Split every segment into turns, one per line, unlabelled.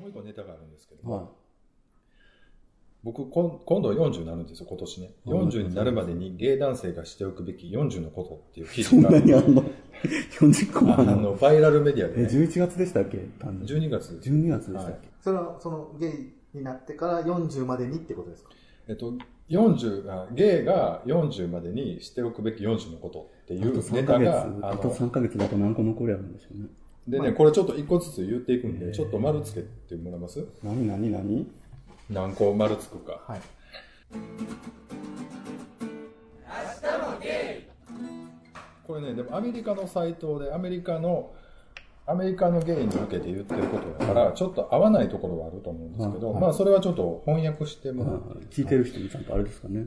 もう一個ネタがあるんですけど、
はい。
僕こん、今度は40になるんですよ、今年ね。
はい
40になるまでに、ゲイ男性がしておくべき40のことっていう記
そ
事
ん
が、
なにあんの ?40 個もあ
あ
んの
の、バイラルメディア
え、
で、ね、
11月でしたっけ誕生日。
12月です。
12月でしたっけ、
それは、その、ゲイになってから40までにってことですか
えっと、40あ、ゲイが40までにしておくべき40のことってい
あと
うネ
3ヶ
タ
月、
が、あ
あと
の、
3ヶ月だと何個残りあるんでしょうね。
で
まあ
ね、これちょっと一個ずつ言っていくん
へー
で、ちょっと丸つけてもらえます
何何何
何個丸つくか。
はい。
これね、でもアメリカのサイトで、アメリカの、アメリカのゲイに向けて言ってることだから、ちょっと合わないところはあると思うんですけど、
はい
まあそれはちょっと翻訳してもらって。
聞いてる人にちゃんとあれですかね。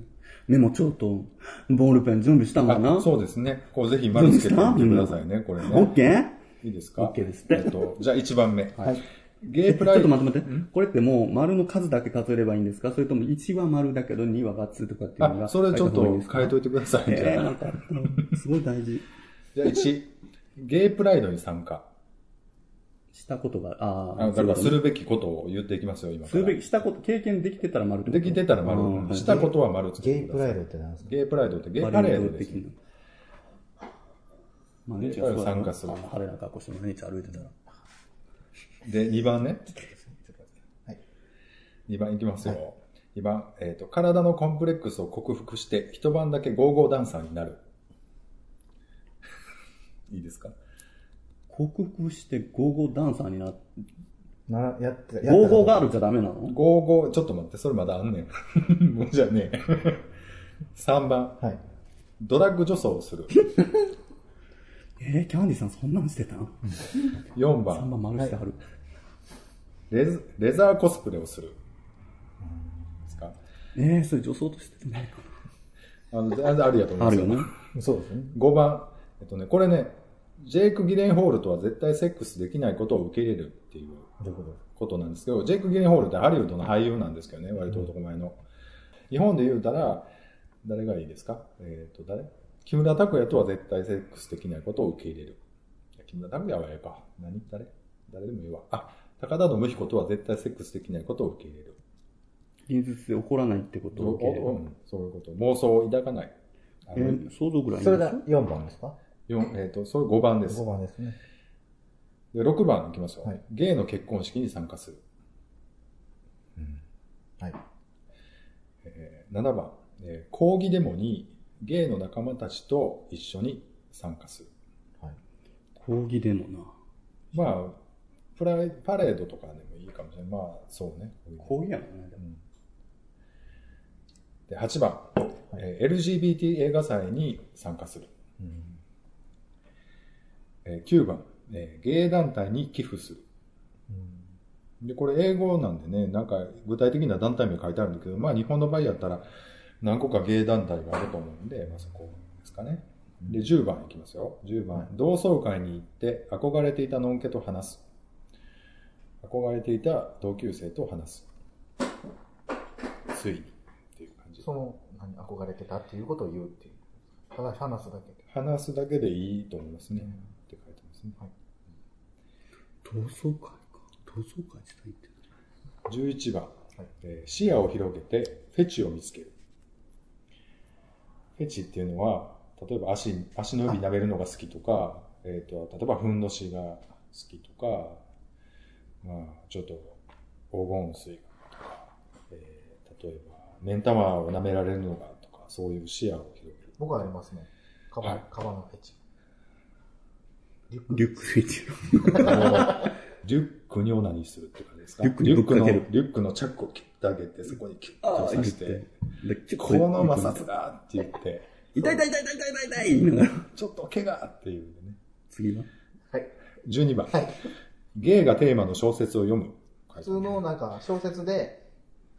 メモ帳とボールペン準備したんかな
あそうですね。こうぜひ丸つけてみてくださいね、これ
オッ
ね。
ケー
いいですか
オッケーです
えっと、じゃあ1番目。
はい。
ゲ
え、
イ
ち
プ
ょっ
ライ
と待って待って。これってもう丸の数だけ数えればいいんですかそれとも1は丸だけど2はバツとかっていうの
あ、
が。
それちょっと変えと
い
いてください。
て。
じゃ
え
あ
ー、なんか、すごい大事。
じゃあ1、ゲイプライドに参加。
したことが、あ
あ
あ、
だからす
そういう
るべきことを言っていきますよ、今
ことね。
から。
するべき、したこと、経験できてたら丸ってこと
できてたら
あ
丸。
ー
したことは丸つけ
ゲ
て
イ
く
プ
ださ
ラ
い。
イドって何ですか
ゲイプライドってゲイ
バ
パ
レ
レ
ー
ー
ド
ド
的
です。
な。毎
で
日はそうだな
参加する
あの晴れな格好して毎日歩いてたら。
で、2番ね。2番いきますよ。2番、えっ、と、体のコンプレックスを克服して、一晩だけゴーゴーダンサーになる。 いいですか
克服してゴーゴーダンサーになって、
なやって、やったら
ゴーゴーガールじゃダメなの
ゴーゴー、ちょっと待って、それまだあんねん。 もうじゃねえ。3番、
はい。
ドラッグ女装をする。
えー、キャンディさんそんなんしてたん
4
?3
番、
番丸してはる。
レズレザーコスプレをする。ですか
えー、それ女装としててないか
あの、ああるやと思
な。
いま
あ
す
る
よ
よね。
そうですね。
5番、えっとね、これね、ジェイク・ギレンホールとは絶対セックスできないことを受け入れるっていう
どういうこと
ことなんですけど、ジェイク・ギレンホールってハリウッドの俳優なんですけどね、割と男前の。日本で言うたら、誰がいいですかえっ、と、誰木村拓哉とは絶対セックスできないことを受け入れる。いや木村拓哉はええか。何誰誰でもいいわ。あ、高田信彦とは絶対セックスできないことを受け入れる。
現実で起こらないってことを受け入れ
おおうんそういうこと。妄想を抱かない。あの
えー、想像ぐらい
それが4番ですか
よんえっ、と、それ5番です
?5。番ですね。
で6番いきましょう、
はい
ゲイの結婚式に参加する。
はい。
えー7番、えー抗議デモにゲイの仲間たちと一緒に参加する。
講義でもな。
まあ、プライパレードとかでもいいかもしれない。まあ、そうね。
講義やもんね。
うんで8番、えー LGBT 映画祭に参加する。
うん
えー9番、えーゲイ団体に寄付する。で、これ英語なんでね、なんか具体的な団体名書いてあるんだけど、まあ日本の場合やったら何個か芸団体があると思うんで、まあそこですかね。で、10番いきますよ。10番。同窓会に行って憧れていたのんけと話す。憧れていた同級生と話す。ついに。っていう感じ。
その、何、憧れてたっていうことを言うっていう。ただ話すだけで。
話すだけでいいと思いますね。って書いてますね。
同窓会か。同窓会自体って。
11番、
い
えー視野を広げてフェチを見つける。フェチっていうのは、例えば足足の指舐めるのが好きとか、えー、と例えばふんどしが好きとか、まあ、ちょっと黄金水とか、えー例えば目ん玉を舐められるのがとか、そういう視野を広げる。
僕はありますね。カバ,、
はい
カバのフェチ。リュック。
リュックフェチ。
リュックにオナニーするって感じですか
リュックにぶっかけ
リュッ
る
クのリュックのチャックを切ってあげて、そこにキュッ
あ
と
あ、
刺
言っ。
してて
で。結構
この摩擦がって言って、
痛い痛い痛い痛い痛い痛い言いながら。
ちょっと怪我っていうね。
次は
はい。
12番。
はい。
ゲイがテーマの小説を読む。
普通のなんか小説で、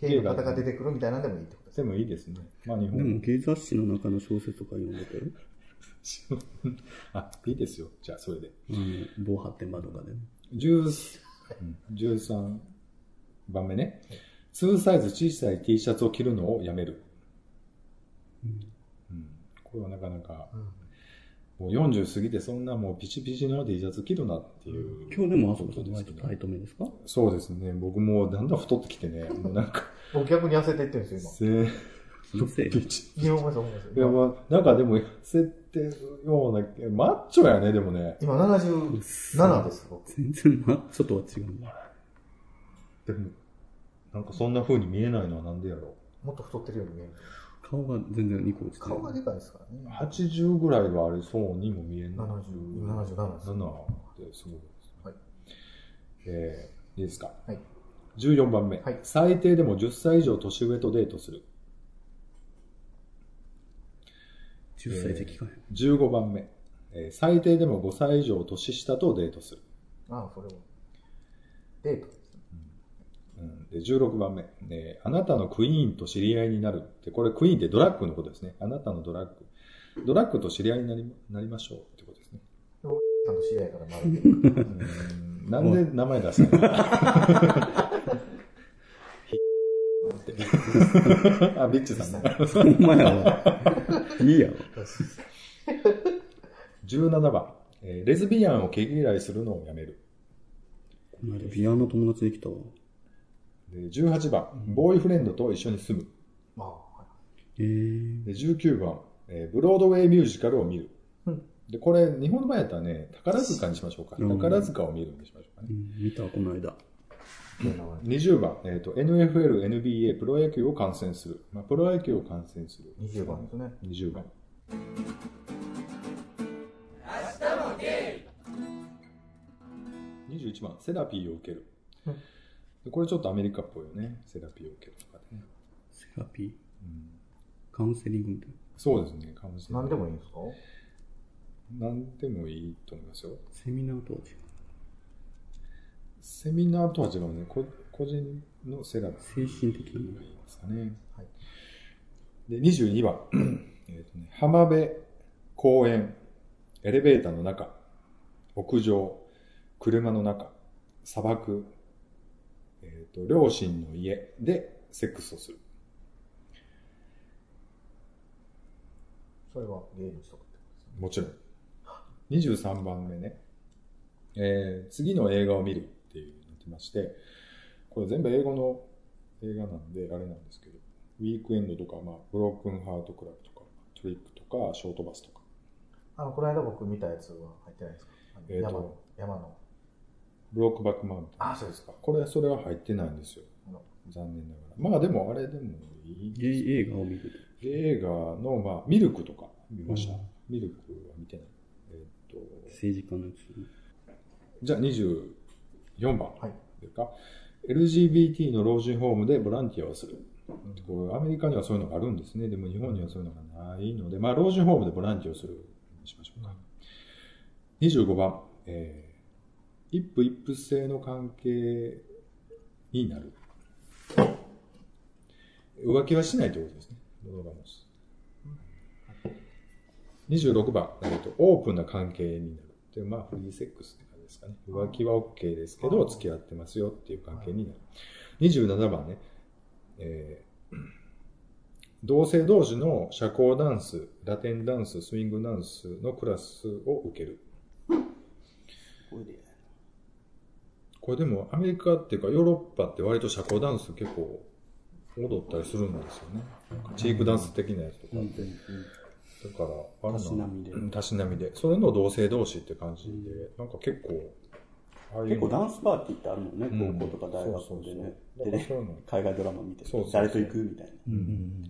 ゲイの方が出てくるみたいなんでもいいってことです
でもいいですね。まあ日
でも、
本。
芸雑誌の中の小説とか読んでたよ。
あ、いいですよ。じゃあそれで。
うん、防波堤場とかで。
10うん13番目ね。2サイズ小さい T シャツを着るのをやめる。うんこれはなかなか
うん
もう40過ぎてそんなもうピチピチの T シャツ着るなっていう。
今日でもあそこさん
です
割
け
と
ど
タイトめですか
そうですね。僕もうだんだん太ってきてね、もうなん か、
僕逆に痩せていってるんですよ、
せー
気のせい。
ピチ
今。いや、ごめんなさい、ごめんなさい
いや、まあ、なんかでも痩せてるような、マッチョやね、でもね。
今77です、僕。
全然マッチョとは違うな。
でも、なんかそんな風に見えないのはなんでやろ
もっと太ってるように見える。
顔が全然2個落ちてる
顔がでかいですから
う。
ね。
80ぐらいはありそうにも見えんない。
70、今77です。
7ってすごいですね。
はい
えーいいですか。
はい。
14番目。
はい
最低でも10歳以上年上とデートする。
10歳じゃ聞かへん。
15番目。えー最低でも5歳以上年下とデートする。
ああ、それも。デートですね。
うんで16番目、えーあなたのクイーンと知り合いになるって、これクイーンってドラッグのことですね。あなたのドラッグ。ドラッグと知り合いになりなりましょうってことですね。
ちゃんと知り合いから丸め て。
うーんなんで名前出せないの あ、ビッチさんね。
ほんまや わ。いいやわ。
17番、えーレズビアンを毛嫌いするのをやめる。
この間ビアの友達できたわ。
で18番、ボーイフレンドと一緒に住む。
まあ、はい
えー、
で19番、えーブロードウェイミュージカルを見る。
うん
で、これ、日本の場合やったらね、宝塚にしましょうか。
うん
宝塚を見るにしましょうかね
う。ん、見たこの間。
そういう名前
20番、えーと、NFL、NBA、プロ野球を観戦する。まあ、プロ野球を観戦する。
20番ですね。
20番。明日もゲイ21番、セラピーを受ける
うん。
でこれちょっとアメリカっぽいよね。セラピーを受けるとかね。
セラピー、
うん、
カウンセリングみたいな。
そうですね、カウンセリング
何でもいいんですか
何でもいいと思いますよ。
セミナーとは違う。
セミナーとは違うね。こ個人のセラピー。
精神的なもの
言いますかね。
は
で、22番。 えーとね、浜辺、公園、エレベーターの中、屋上、車の中、砂漠、えーと、両親の家でセックスをする。
それはゲイにしとくってことですね。
もちろん。23番目ね。えー次の映画を見るっていうのになってまして、これ全部英語の映画なんで、あれなんですけど、ウィークエンドとか、まあ、ブロークンハートクラブとか、トリックとか、ショートバスとか。
あの、この間僕見たやつは入ってないですかあの
えーと
山の、山の。
ブロックバックマウンテン。
あそうですか。
これ、それは入ってないんですよ
あら。
残念ながら。まあでも、あれでもいい。
ゲイ映画を見る。
映画の、まあ、ミルクとか見ました。
うん
ミルクは見てない。えーっと、
政治家のやつ。
じゃあ24番
はい
ですか、LGBT の老人ホームでボランティアをする。こうアメリカにはそういうのがあるんですね。でも日本にはそういうのがないので、まあ老人ホームでボランティアをするにしましょうか。25番、えー、一夫一夫制の関係になる。浮気はしないということですね。ロドガモス26番、えーと、オープンな関係になる。で、まあ、フリーセックスって感じですかね。浮気は OK ですけど、
あー
付き合ってますよっていう関係になる。27番ね、えー同性同士の社交ダンス、ラテンダンス、スイングダンスのクラスを受ける。これでもアメリカっていうかヨーロッパって割と社交ダンス結構踊ったりするんですよね。チークダンス的なやつとか
う
っ
ん
て。だから、あれ
たしなみで
うんたしなみで。それの同性同士って感じで、なんか結構、ああいうの
結構ダンスパーティーってあるもんね、
うん
高校とか大学で
そ
ね。
うそうそうだか
で
ら
ね、
そういうの。
海外ドラマ見て
そうそうそう、
誰と行くみたいな。
うん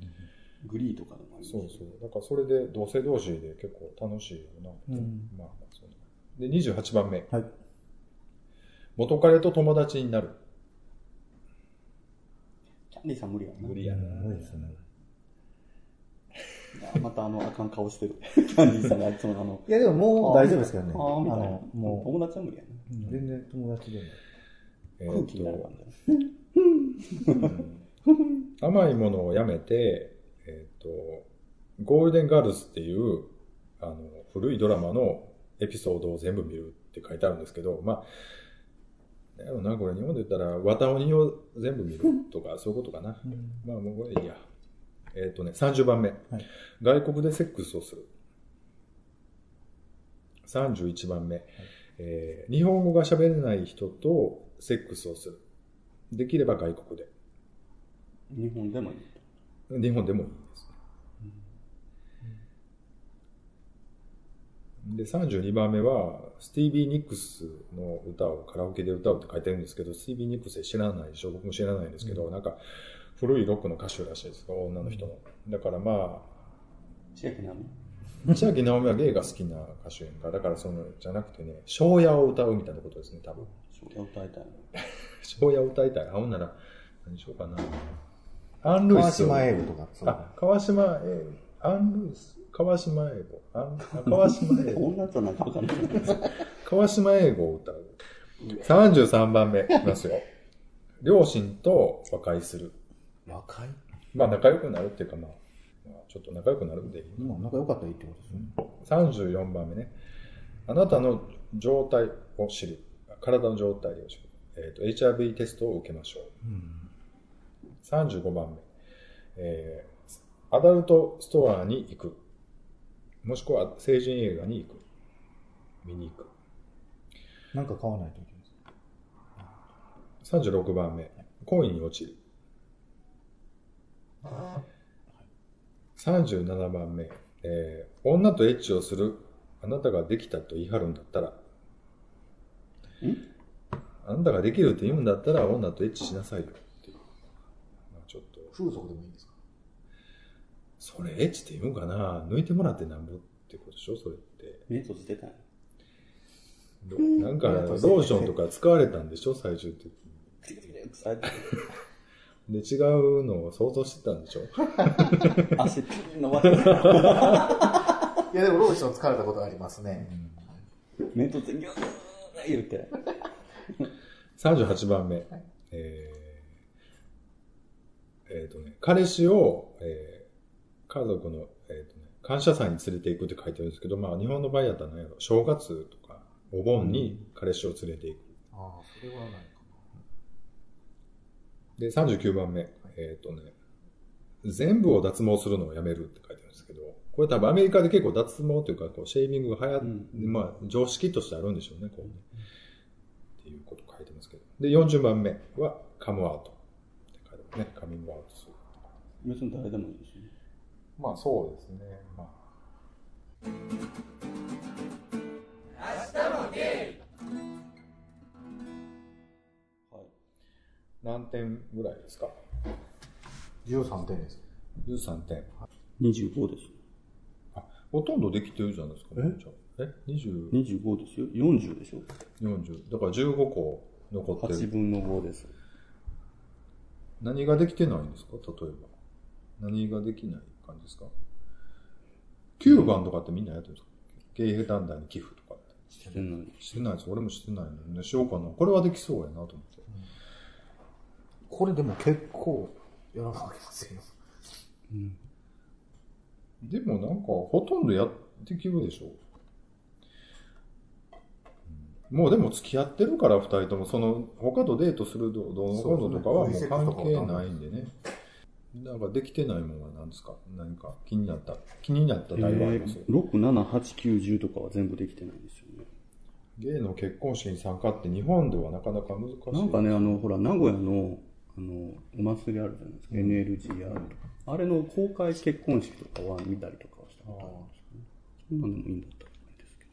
グリーとかでもあり
そ
ま
う
すし
そう。だからそれで同性同士で結構楽しいよな。
うん
まあ、そうで、28番目。
はい
元彼と友達になる。
キャンディーさん無理やな。
やな。
あまたあの、あかん顔してる。 キャンディーさんが、そのあの、
いや、でももう
あー
大丈夫ですけどね。あ
あーみたいな
の、も
友達は無理や
う、全然友達でも。
え
な。
ー
空
っ
気になる感
と、
じだね
甘いものをやめて、えーっと、ゴールデンガールズっていう、あの、古いドラマのエピソードを全部見るって書いてあるんですけど、まあ、なんやろな、これ日本で言ったら、綿鬼を全部見るとか、そういうことかな。 まあもうこれいいや。えっ、とね、30番目、
い
外国でセックスをする。 31番目、えー日本語が喋れない人とセックスをする。できれば外国で。
日本でもいい。
日本でもいいです。で、32番目は、スティービー・ニックスの歌をカラオケで歌うって書いてるんですけど、スティービー・ニックス知らないでしょ僕も知らないんですけど、なんか、古いロックの歌手らしいですよ女の人の。だからま
千秋奈美。
あ、千秋直美は芸が好きな歌手やんか。だからその、じゃなくてね、昭夜を歌うみたいなことですね、多分。
そうだ歌いたい。
昭夜を歌いたい。あ、ほんなら、何しようかな。アン・ルイ
川
スを。
島英語とか、そう
あ、川島英語、アンルイス、川島英語、アンあ川島英語、
女となんかわかんない。
川島英語を歌う。33番目、いきますよ。 両親と和解する。
若い
まあ仲良くなるっていうかまあ、まあちょっと仲良くなるんでいいな
今仲良かったらいいってことですね。
34番目ね。あなたの状態を知る。体の状態を知る。えっ、と、HIV テストを受けましょう。35番目。えーアダルトストアに行く。もしくは成人映画に行く。見に行く。
なんか買わないといけないです。
36番目。恋に落ちる。37番目。えー女とエッチをする。あなたができたと言い張るんだったら。あなたができるって言うんだったら、女とエッチしなさいよっていう。まあ、ちょっと、
風俗でもいいんですか
それエッチって言うんかな抜いてもらってなんぼってことでしょそれって。
目閉じ てたんや
どなんか、ローションとか使われたんでしょ最終的に。
臭い
で、違うのを想像してたんでしょ
足ピーン伸ばして、
いや、でもローション疲れたことありますね。
目閉じてギュー言って。
38番目。えーえーとね、彼氏を、えー家族の、えーとね、感謝祭に連れて行くって書いてあるんですけど、まあ、日本の場合やったら何やろ正月とか、お盆に彼氏を連れて行く。
ああ、それはないか
で、39番目。えっ、とね、全部を脱毛するのをやめるって書いてあるんですけど、これ多分アメリカで結構脱毛というか、こうシェービングが流行っ
うん
まあ、常識としてあるんでしょうね、こうね。っていうこと書いてますけど。で、40番目は、カムアウト。って書いてますね、カミングアウトする。
別に誰でもいいし。
まあ、そうですね。まあ
はい。
何点ぐらいですか
な。13点です。
?13 点。
25です。
ほとんどできてるじゃないですか、えじゃあえ ?20、
25ですよ。40でしょ。
40。だから15個残って
8
る。
分の5です。
何ができてないんですか例えば。何ができない感じですか ?9 番とかってみんなやってるんですか経営団体に寄付とかって。
してない。
してないです。俺もしてないのにね、しようかな。これはできそうやなと思って。
これでも結構やらなあきませんよ。
でもなんか、ほとんどやってきるでしょ。うんもうでも付き合ってるから、二人とも。その、他とデートするどどうのこうのとかはもう関係ないんでね。なんかできてないものは何ですか何か気になった。気になった
え
台はあります
ー、6、7、8、9、10とかは全部できてないんですよね。
ゲイの結婚式に参加って日本ではなかなか難しい。
なんかね、あの、ほら、名古屋の、あの、お祭りあるじゃないですか。NLGR とか。あれの公開結婚式とかは見たりとかはしたことあるんですけど、ね、そんなのでもいいんだったらいいですけ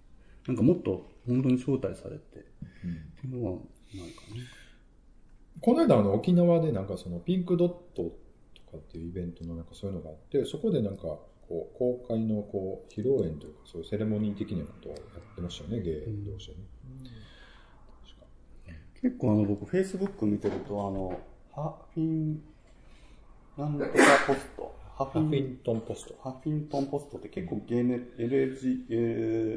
ど。なんかもっと本当に招待されて、っていうのはないかね。
この間あの沖縄でなんかそのピンクドットとかっていうイベントのなんかそういうのがあって、そこでなんかこう公開のこう披露宴というかそういうセレモニー的なことをやってましたよね、芸同士でね。確か
結構あの、僕、Facebook 見てると、あの、ハフィン、なんとかポスト。ハフ
ハ
ィ
フィ
ン
ントンポスト。
ハフィントンポストって結構ゲイネ、LG、え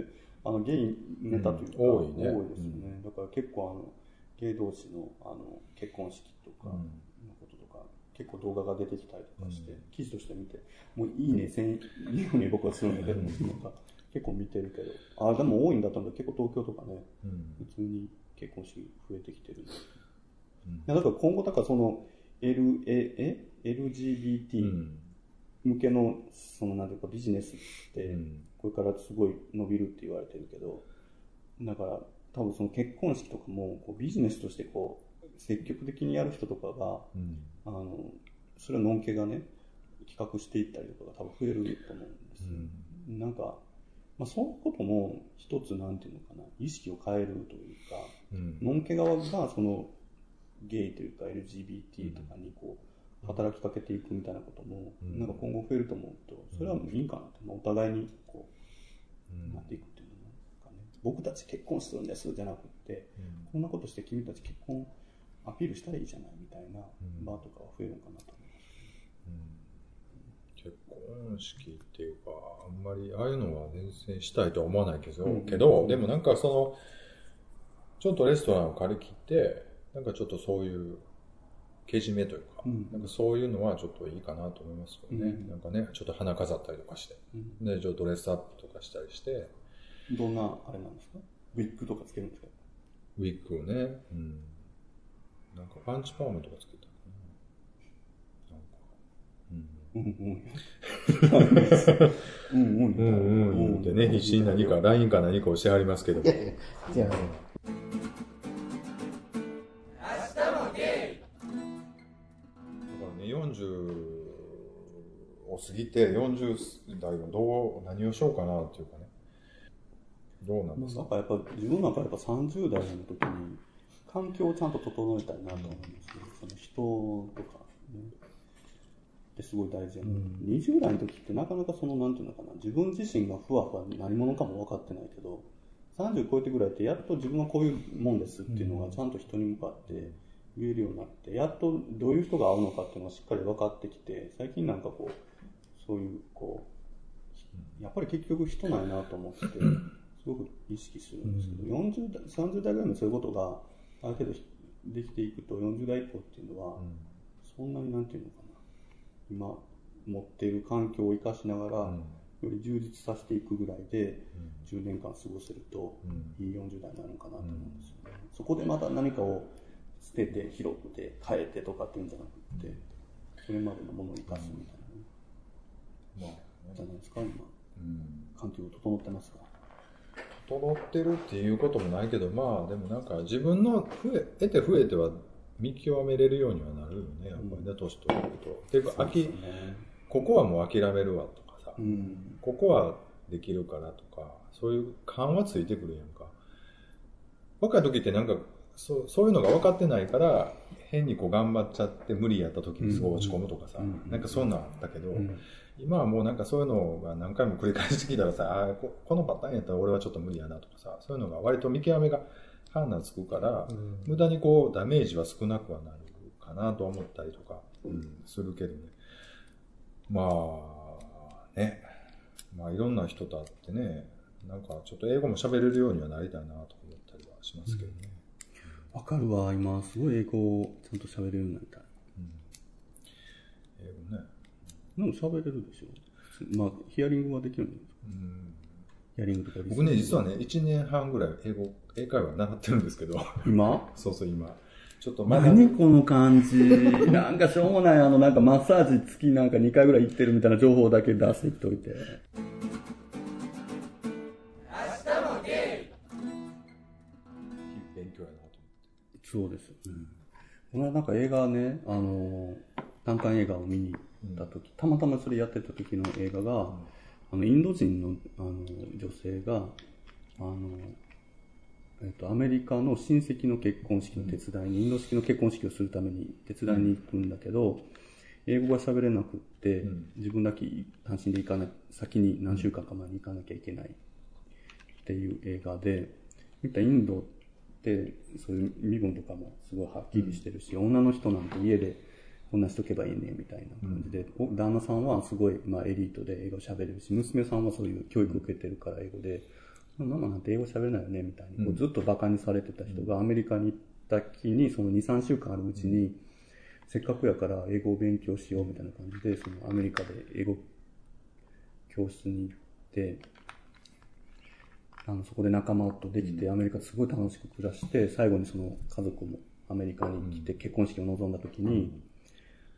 ー、あのゲイネタというか、
うん多いね
多いですよね。だから結構あの、ゲイ同士のあの結婚式とかのこととか、結構動画が出てきたりとかして、
うん
記事として見て、もういいね、せん、いいように僕はするので、なんか結構見てるけど、あ、でも多いんだと思う結構東京とかね、
うん
普通に結婚式増えてきてるんで。いやだから今後、だからその、L、え、え ?LGBT
うん
向けの、その、なんていうか、ビジネスって、
うん
ここれからすごい伸びるって言われてるけど、だから多分その結婚式とかもこうビジネスとしてこう積極的にやる人とかが、
うん
あの、それはのんけがね、企画していったりとかが多分増えると思うんです
う
よ。
ん
なんか、まあ、そういうことも一つなんていうのかな、意識を変えるというか、
うん
のんけ側がそのゲイというか LGBT とかにこう働きかけていくみたいなことも、
うん
なんか今後増えると思うと、それはもういいかなと、まあお互いにこうなっていくっていうのもなんかね、僕たち結婚するんですじゃなくて、
うん
こんなことして君たち結婚アピールしたらいいじゃないみたいな
うん
場とかは増えるのかなと思います。
結婚式っていうか、あんまり、ああいうのは全然したいとは思わないけど、
うん
けど、でもなんかその、ちょっとレストランを借り切って、なんかちょっとそういう、けじめというか、
うん
なんかそういうのはちょっといいかなと思いますよね。
うん
なんかね、ちょっと花飾ったりとかして、
うん
で、ちょっとドレスアップとかしたりして、
どんなあれなんですかウィッグとかつけるんですか
ウィッグをね、うん。なんかパンチパーマとかつけたかな。なんか、うん。
うんうん。うんうん。
うんうん言うてね、必死に何か、LINE か何かをしてはりますけど
い。やいや、違う。
だからね、40を過ぎて、40代をどう、何をしようかなっていうかね。どうなんです
な
か、
んかやっぱ自分なんかやっぱ30代の時に環境をちゃんと整えたいなと思いますね。その人とかね。ってすごい大事やな、20代の時ってなかなかそのなんていうのかな、自分自身がふわふわ何者かも分かってないけど、30超えてぐらいってやっと自分はこういうもんですっていうのがちゃんと人に向かって言えるようになって、やっとどういう人が合うのかっていうのがしっかり分かってきて、最近なんかこう、そういうこう、やっぱり結局人ないなと思って、すごく意識するんですけど、40代、30代ぐらいのそういうことが、ある程度できていくと、40代以降っていうのは、そんなになんていうのかな、今持っている環境を生かしながら、
う
よ
ん
り充実させていくぐらいで、
うん
10年間過ごせると、
うん
いい40代になるのかなと思うんですよね。そこでまた何かを捨てて、拾って、変えてとかっていうんじゃなくて、それまでのものを生かすみたいなね、
まあ
じゃないですか、今。
うん
環境整ってますか
整ってるっていうこともないけど、まあでもなんか自分の増え、得て増えては見極めれるようにはなるよね、やっぱりね、年取ると。っていうか、飽き、ここはもう諦めるわとかさ、
うん
ここはできるからとか、そういう勘はついてくるやんか。若い時ってなんか、そうそういうのが分かってないから、変にこう頑張っちゃって無理やった時にすごい落ち込むとかさ、
うん
なんかそんなんあったけど、今はもうなんかそういうのが何回も繰り返してきたらさ、あーここのパターンやったら俺はちょっと無理やなとかさ、そういうのが割と見極めが判断つくから、無駄にこうダメージは少なくはなるかなと思ったりとか、うんするけどね。まあ、ね。まあいろんな人と会ってね、なんかちょっと英語も喋れるようにはなりたいなとか思ったりはしますけどね。
わかるわ、今、すごい英語をちゃんと喋れるようになりたい。
英語ね。
でも喋れるでしょ普通まあ、ヒアリングはできるんじゃないですか
うん
ヒアリングとかリスニング
僕ね、実はね、1年半ぐらい英語、英会話習ってるんですけど、
今
そうそう、今。ちょっとまだ、
何この感じ。なんかしょうもない、あの、なんかマッサージ月なんか2回ぐらい行ってるみたいな情報だけ出してきといて。
勉強やなと
そうですよね。この間なんか映画ね、あの、単館映画を見に行った時、たまたまそれやってた時の映画が、あの、インド人のあの女性が、あの、えっと、アメリカの親戚の結婚式の手伝いに、インド式の結婚式をするために手伝いに行くんだけど、英語が喋れなくって、
うん
自分だけ単身で行かない、先に何週間か前に行かなきゃいけないっていう映画で、見たインドって、そういう身分とかもすごいはっきりしてるし、女の人なんて家でこんなしとけばいいねみたいな感じで、お旦那さんはすごい、まあ、エリートで英語喋れるし、娘さんはそういう教育を受けてるから英語で、ママなんて英語喋れないよねみたいに、こうずっとバカにされてた人がアメリカに行った日に、その2、3週間あるうちに、せっかくやから英語を勉強しようみたいな感じで、そのアメリカで英語教室に行って、あのそこで仲間とできて、アメリカですごい楽しく暮らして、最後にその家族もアメリカに来て結婚式を望んだ時に、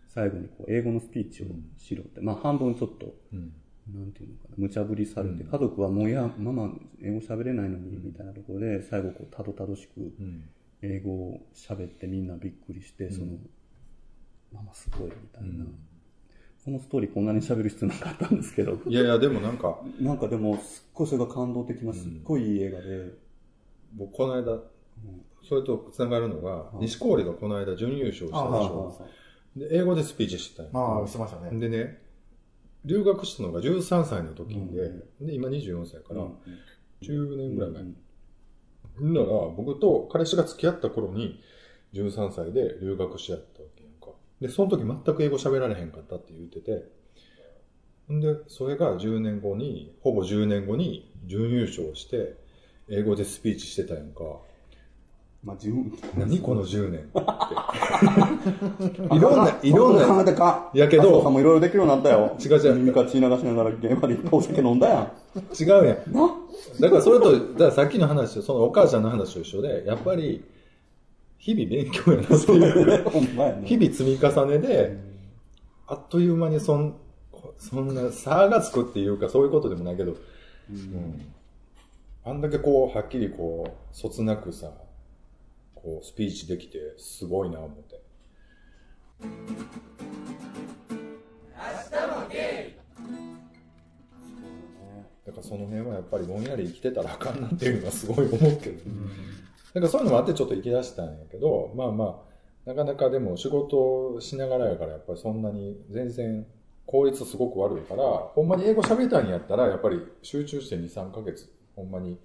最後にこう英語のスピーチをしろって、まあ半分ちょっと
うん
なんていうのかな、無茶ぶりされて、家族はもういや、ママ、英語喋れないのに、みたいなところで、最後こう、たどたどしく、
うん。
英語を喋ってみんなびっくりして、その、ママすごい、みたいな。このストーリーこんなに喋る必要なかったんですけど、
いやいや、でもなんか、
なんかでも、すっごいそれが感動的な、すっごいいい映画で、
僕この間、それと繋がるのが、西郡がこの間準優勝したでし
あはい
ょ。で英語でスピーチしてたんよ
ああ、してましたね。
でね、留学したのが13歳の時で、で、今24歳から、10年ぐらい前。ほんなら、僕と彼氏が付き合った頃に、13歳で留学し合ったわけやんか。で、その時全く英語喋られへんかったって言ってて、ほんで、それが10年後に、ほぼ10年後に準優勝して、英語でスピーチしてたやんか。
まあ、自分、
何この10年って。いろんな、いろん
そ考
な
え、たか。
やけど
麻生さんもいろいろできるようになったよ。
違う違う
耳かち流しながら現場でいっぱいお酒飲んだやん。
違うやん。だからそれと、だからさっきの話と、そのお母ちゃんの話と一緒で、やっぱり、日々勉強やなっていう。
ほんまやね。
日々積み重ねで、あっという間にそん、そんな差がつくっていうか、そういうことでもないけど、うんあんだけこう、はっきりこう、そつなくさ、こう、スピーチできて、すごいな、思って。だからその辺はやっぱりぼんやり生きてたらあかんなっていうのはすごい思うけど、なんかそういうのもあってちょっと行き出したんやけど、まあまあ、なかなかでも仕事をしながらやから、やっぱりそんなに全然効率すごく悪いから、ほんまに英語喋りたいんやったら、やっぱり集中して2、3ヶ月、ほんまに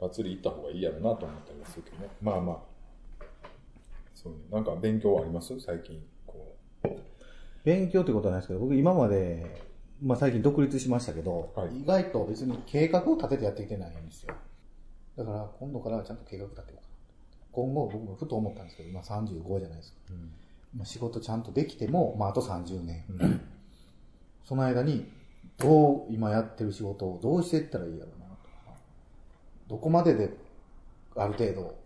がっつり行った方がいいやろなと思ったりはするけどね。まあまあ、そういう、なんか勉強はあります最近、こ
勉強ってことはないですけど、僕今まで、まあ最近独立しましたけど、
はい
意外と別に計画を立ててやってきてないんですよ。だから今度からはちゃんと計画立てようかな。今後僕もふと思ったんですけど、今35じゃないですか。
う。
まあ、仕事ちゃんとできても、まああと30年。
うん
その間に、どう今やってる仕事をどうしていったらいいやろうなとか、どこまでで、ある程度、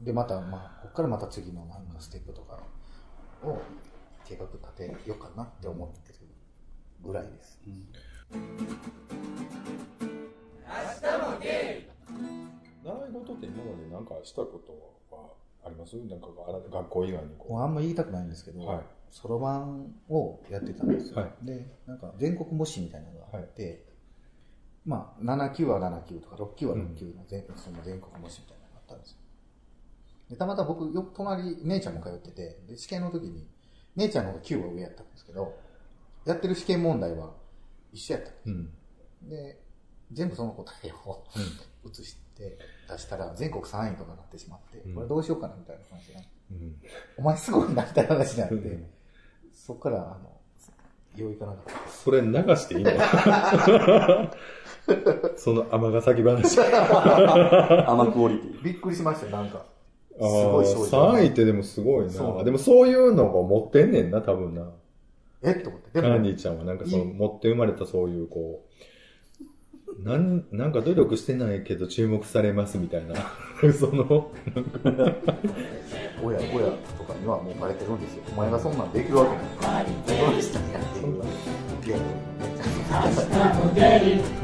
で、また、まあ、ここからまた次のなんかステップとかを計画立てようかなって思ってるぐらいです。
習い事って今までなんかしたことはありますなんかあら学校以外に
も
こ
うあんま言いたくないんですけど、
はい
そろばんをやってたんですよ。
は
で、なんか全国模試みたいなのがあって、まあ、7級は7級とか、6級は6級の全,、その全国模試みたいなのがあったんですよ。で、たまたま僕、よく隣、姉ちゃんも通ってて、で、試験の時に、姉ちゃんの方が9は上やったんですけど、やってる試験問題は一緒やった。
う。うん。
で、全部その答えを写して出したら、全国3位とかなってしまって、
ん
これどうしようかなみたいな感じになって
うん。
お前すごいなみたいな話になって
うん、
そっから、あの、よういかなかったで
それ流していいの その尼崎話。あ
甘クオリティ。
す。びっくりしましたよ、なんか。すご
ー
い
3位
正直。
ってでもすごい
そ
な。
う
でもそういうのを持ってんねんな、多分な。
えっと思って。
カ
で
ー
も、
ニーちゃんはなんかその持って生まれたそういうこう、なん、なんか努力してないけど注目されますみたいな。 その、
おやおやとかにはもうバレてるんですよ。お前がそんなんできる わけない。どうしたんやっていう。いや、めっちゃ。